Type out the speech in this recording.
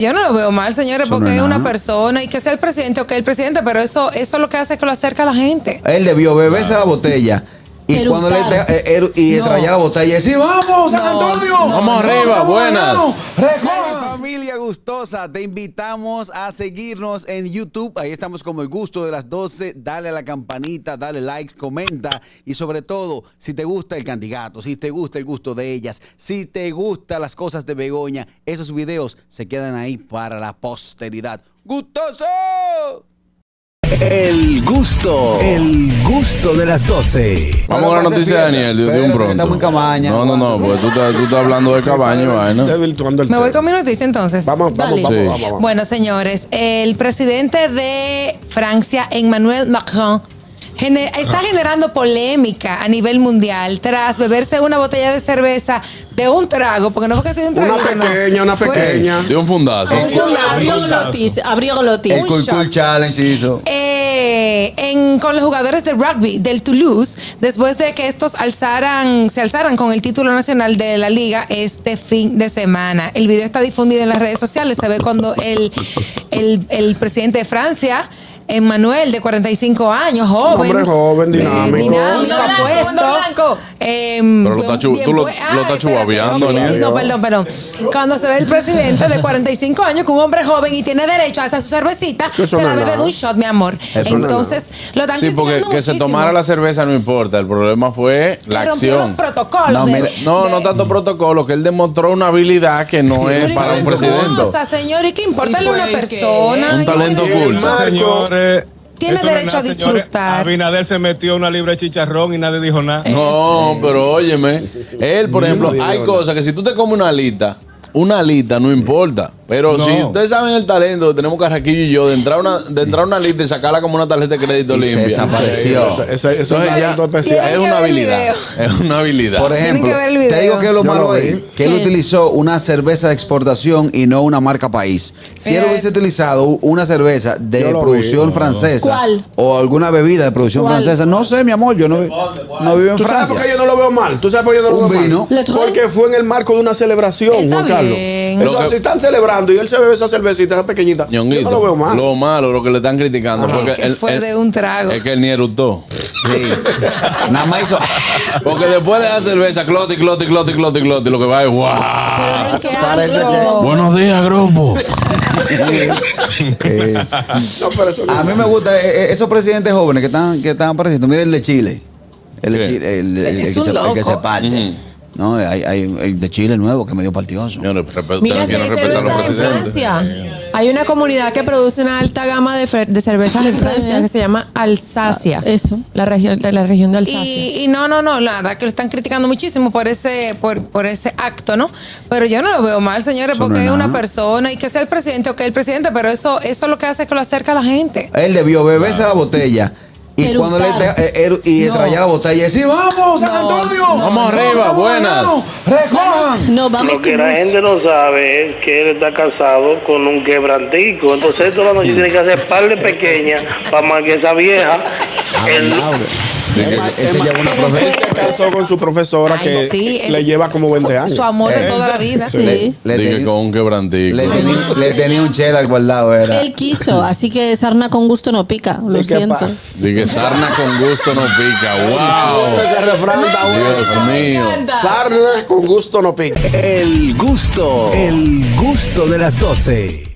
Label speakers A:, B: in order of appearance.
A: Yo no lo veo mal, señores,
B: Eso no
A: porque es
B: es
A: una
B: nada.
A: persona y que sea el presidente o que el presidente, pero eso eso lo que hace es que lo acerca a la gente.
B: Él debió beberse la botella. Y
C: Eructar.
B: cuando le te- eh, er- y
C: No.
B: rayar la botella y decir, vamos, San
A: No,
B: Antonio.
A: no,
D: Vamos no. arriba,
B: estamos
D: buenas.
B: ganados, recojan. Familia gustosa, te invitamos a seguirnos en YouTube. Ahí estamos como el gusto de las 12. Dale a la campanita, dale like, comenta. Y sobre todo, si te gusta el candidato, si te gusta el gusto de ellas, si te gustan las cosas de Begoña, esos videos se quedan ahí para la posteridad. ¡Gustoso!
E: El gusto, el gusto de las 12.
D: Vamos a la
B: Pero
D: noticia de
B: pase
D: Daniel, de- de,
B: pierna.
D: un
B: Espérate,
D: pronto.
B: que está muy cabaña.
D: no, no, no, pues tú estás, tú estás hablando de cabaña, vaina.
F: Está desvirtuando el
A: Me voy
F: tema.
A: con mi noticia entonces.
F: Vamos, vamos,
C: Dale.
F: vamos,
D: Sí.
F: vamos, vamos.
A: Bueno, señores, el presidente de Francia, Emmanuel Macron, gene- está generando polémica a nivel mundial tras beberse una botella de cerveza de un trago, porque no fue que sea un
F: Una
A: trago.
F: pequeña, una pequeña.
D: De un fundazo.
C: Abrió glotis, abrió glotis.
B: El Cool
A: shot.
B: Cool Challenge hizo.
A: eh, en- con los jugadores de rugby del Toulouse después de que estos alzaran, se alzaran con el título nacional de la liga este fin de semana. El video está difundido en las redes sociales. Se ve cuando el, el- el presidente de Francia, Emmanuel, de 45 años, joven.
F: Hombre joven,
A: eh,
F: dinámico.
A: dinámico,
C: Mundo blanco,
A: apuesto,
C: mundo blanco.
A: em,
D: Pero lo está chu-
A: bien
D: tú lo-
A: pue-
D: lo
A: Ay,
D: estás chubabeando,
A: espérate,
D: Aniel.
A: ok, No, perdón, perdón. Cuando se ve el presidente de 45 años, que un hombre joven y tiene derecho a hacer su cervecita,
F: Eso
A: se
F: no
A: la
F: es
A: bebe
F: nada.
A: de un shot, mi amor.
B: Eso no es
A: Entonces, lo están
D: Sí, porque
A: criticando
D: que se
A: muchísimo.
D: tomara la cerveza no importa, el problema fue la
A: Que rompió los
D: acción.
A: protocolos
B: No,
A: de-
B: mira,
D: No,
A: de-
D: no tanto protocolo, que él demostró una habilidad que no
A: Pero
D: es
A: ¿y
D: para
A: qué
D: un
A: cosa,
D: presidente.
A: señor, y qué importa
C: ¿Y
A: a una
C: fue qué?
A: persona.
D: Un
A: Yo
D: talento
A: creo que
D: cool.
A: no.
G: Señores,
A: Tiene
G: eso no es
A: derecho
G: nada,
A: a
G: señores.
A: disfrutar.
G: Abinader se metió una libra de chicharrón y nadie dijo nada.
D: No, pero óyeme, él, por ejemplo, hay cosas que si tú te comes una alita, una alita no importa. Pero
G: No.
D: si ustedes saben el talento que tenemos Carraquillo y yo, de entrar una, de entrar una alita y sacarla como una tarjeta de crédito
B: Y se
D: limpia.
B: desapareció.
F: Eso, eso- eso es un
D: Entonces ya-
F: talento especial.
A: Tienen
D: es
A: que
D: una
A: ver el
D: habilidad. Es una habilidad.
B: Por
A: Tienen
B: ejemplo,
A: que ver el video.
B: te digo que es lo
F: Yo lo
B: malo
F: vi.
B: es que él
C: ¿Qué?
B: utilizó una cerveza de exportación y no una marca país. Si él
A: Mira.
B: hubiese utilizado una cerveza de
F: Yo lo vi,
B: producción
F: no, no.
B: francesa
C: ¿Cuál?
B: o alguna bebida de producción
C: ¿Cuál?
B: francesa, no sé, mi amor, yo no, vi- no vivo en
F: ¿Tú sabes por qué
B: Francia.
F: yo no lo veo mal? ¿Tú sabes por qué yo no lo
B: Un
F: veo
B: vino.
C: Le
F: mal?
C: trae-
F: Porque fue en el marco de una celebración,
A: Está
F: Juan Carlos.
A: bien.
D: Lo
F: Entonces,
D: que-
F: si están celebrando y él se bebe esa cervecita, esa pequeñita,
D: Ñonguito,
F: yo no lo veo mal.
D: lo malo, lo que le están criticando.
A: Ajá.
D: porque
A: Es que fue de un trago.
D: Es que él ni eructó.
B: Sí. Nada más hizo.
D: Porque después de la cerveza, cloti, cloti, cloti, cloti, cloti, lo que va es ¡guau!
A: Ay, qué
B: Parece
A: asco.
D: Buenos días, grupo.
F: No, pero eso no.
B: A mí me gusta eh, eh, esos presidentes jóvenes que están que están apareciendo. Miren el de Chile. El de
D: ¿Qué?
B: Chile, el, el- el
A: Es
B: que,
A: un
B: se, el que
A: loco.
B: se parte.
D: Ujú.
B: No, hay, hay el de Chile nuevo que me dio partidioso.
D: Señores, respeto-
C: Mira,
D: ustedes
C: si hay
D: quieren respetar a los
C: cerveza en
D: presidentes.
C: Francia. Hay una comunidad que produce una alta gama de, fer- de cervezas en Francia que se llama Alsacia.
H: Eso.
C: La región, la región de Alsacia.
A: Y, y no, no, no, nada, que lo están criticando muchísimo por ese, por, por ese acto, ¿no? Pero yo no lo veo mal, señores,
B: Eso no
A: porque
B: es
A: es una
B: nada.
A: persona y que sea el presidente o que el presidente, pero eso, eso lo que hace es que lo acerca a la gente.
B: Él debió beberse la botella. Y
C: Eructar.
B: cuando le te- eh, eru- y
C: No.
B: rayar la botella y decir, vamos, San Antonio.
D: Vamos arriba,
B: estamos
D: buenas.
B: ganados, Recojan.
H: No, vamos
I: Lo que
H: tú,
I: la
H: Luz.
I: gente no sabe es que él está casado con un quebrantico. Entonces, esto la noche tiene que hacer par de pequeñas para más que esa vieja. Él-
B: Ese lleva una
F: Él
B: profesión.
F: se casó con su profesora
A: Ay,
F: que
A: sí, es-
F: le lleva como 20
A: Su-
F: años.
A: Su amor de toda la vida.
H: Sí.
B: Le, le
D: Dije
B: tenía-
D: con un quebrantico.
B: le tenía- le tenía un cheddar guardado, era.
H: Él quiso, así que sarna con gusto no pica, lo
F: ¿Y qué
H: siento.
F: pa-
D: Dije sarna con gusto no pica. ¡Wow!
B: pues,
F: Ese refrán está bueno.
D: Dios mío.
F: Sarna con gusto no pica.
E: El gusto, el gusto de las 12.